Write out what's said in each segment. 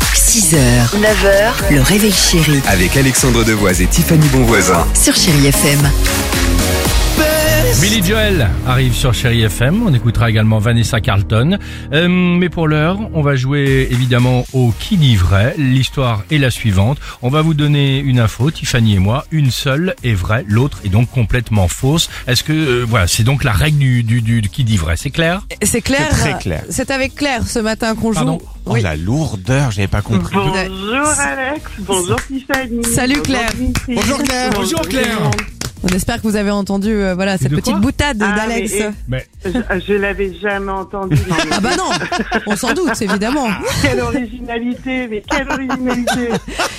6h, 9h, le réveil chéri Avec Alexandre Devoise et Tiffany Bonvoisin. sur Chéri FM. Billy Joel arrive sur Chéri FM. On écoutera également Vanessa Carlton. Euh, mais pour l'heure, on va jouer évidemment au qui dit vrai. L'histoire est la suivante. On va vous donner une info, Tiffany et moi. Une seule est vraie, l'autre est donc complètement fausse. Est-ce que euh, voilà, c'est donc la règle du, du, du- du qui dit vrai C'est clair C'est clair. C'est très clair. C'est avec Claire ce matin qu'on joue. Pardon Oh la lourdeur, j'avais pas compris. Bonjour Alex, bonjour Tiffany. Salut, Bonjour Claire. Dimitri. Bonjour, Claire. Bonjour, Claire. On espère que vous avez entendu euh, voilà cette De quoi petite boutade Ah, d'Alex. mais- Je, je l'avais jamais entendu. Non, mais Ah bah non, on s'en doute évidemment. Ah. quelle originalité, mais quelle originalité.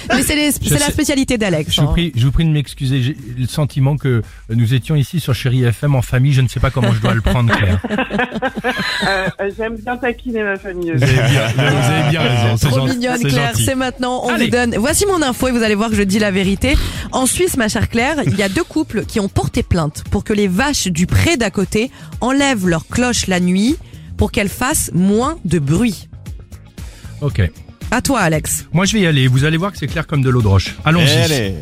Mais c'est les- c'est la sais- spécialité d'Alex. Je vous hein. prie, je vous prie de m'excuser. J'ai le sentiment que nous étions ici sur Chéri FM en famille. Je ne sais pas comment je dois le prendre, Claire. Euh, euh, J'aime bien taquiner ma famille. Vous avez bien, vous avez bien raison. C'est Trop gentil, mignonne c'est Claire, gentil. c'est maintenant, on Allez. vous donne. Voici mon info et vous allez voir que je dis la vérité. En Suisse, ma chère Claire, il y a deux couples qui ont porté plainte pour que les vaches du pré d'à côté enlèvent leurs cloches la nuit pour qu'elles fassent moins de bruit. Ok. À toi Alex. Moi, je vais y aller. Vous allez voir que c'est clair comme de l'eau de roche. Allons-y. Allez.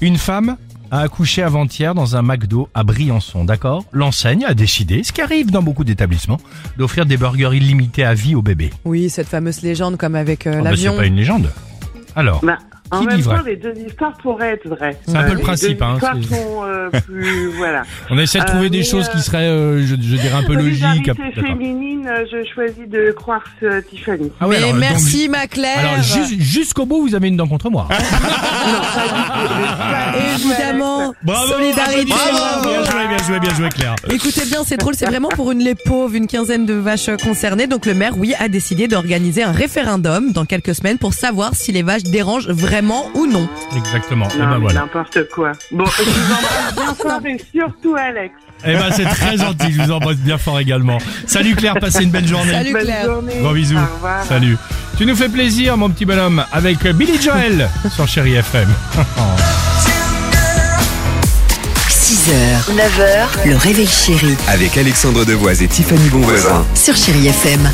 Une femme a accouché avant-hier dans un McDo à Briançon, d'accord L'enseigne a décidé, ce qui arrive dans beaucoup d'établissements, d'offrir des burgers illimités à vie aux bébés. Oui, cette fameuse légende comme avec euh, Ah bah, c'est l'avion. pas une légende. Alors, Bah, en Qui dit même temps, vrai les deux histoires pourraient être vraies. Euh, C'est un peu le les principe, deux hein, histoires c'est- sont euh, plus. voilà. on essaie de Euh, trouver des mais, choses euh, qui seraient, euh, je, je dirais, un peu logiques. Solidarité D'accord. féminine, euh, je choisis de croire ce euh, Tiffany. Ah ouais, Mais alors, donc, merci ma Claire. alors, jus- jusqu'au bout, vous avez une dent contre moi. Ah. Ah. Évidemment, Bravo, solidarité. applaudissements. Bien joué, bien joué, bien joué, Claire. Écoutez bien, c'est drôle, c'est vraiment pour une les pauvres, une quinzaine de vaches euh, concernées. Donc le maire, oui, a décidé d'organiser un référendum dans quelques semaines pour savoir si les vaches dérangent vraiment ou non. Exactement. Et Non, ben mais voilà. n'importe quoi. Bon, je vous embrasse bien fort et surtout Alex. Eh ben, c'est très gentil. Je vous embrasse bien fort également. Salut Claire, passez une belle journée. Salut Bonne Claire. journée. Gros bisous. Au revoir. Salut. Tu nous fais plaisir, mon petit bonhomme, avec Billy Joel sur Chéri FM. 6h, 9h, le réveil chéri Avec Alexandre Devoise et Tiffany Bonvoisin. sur Chéri FM.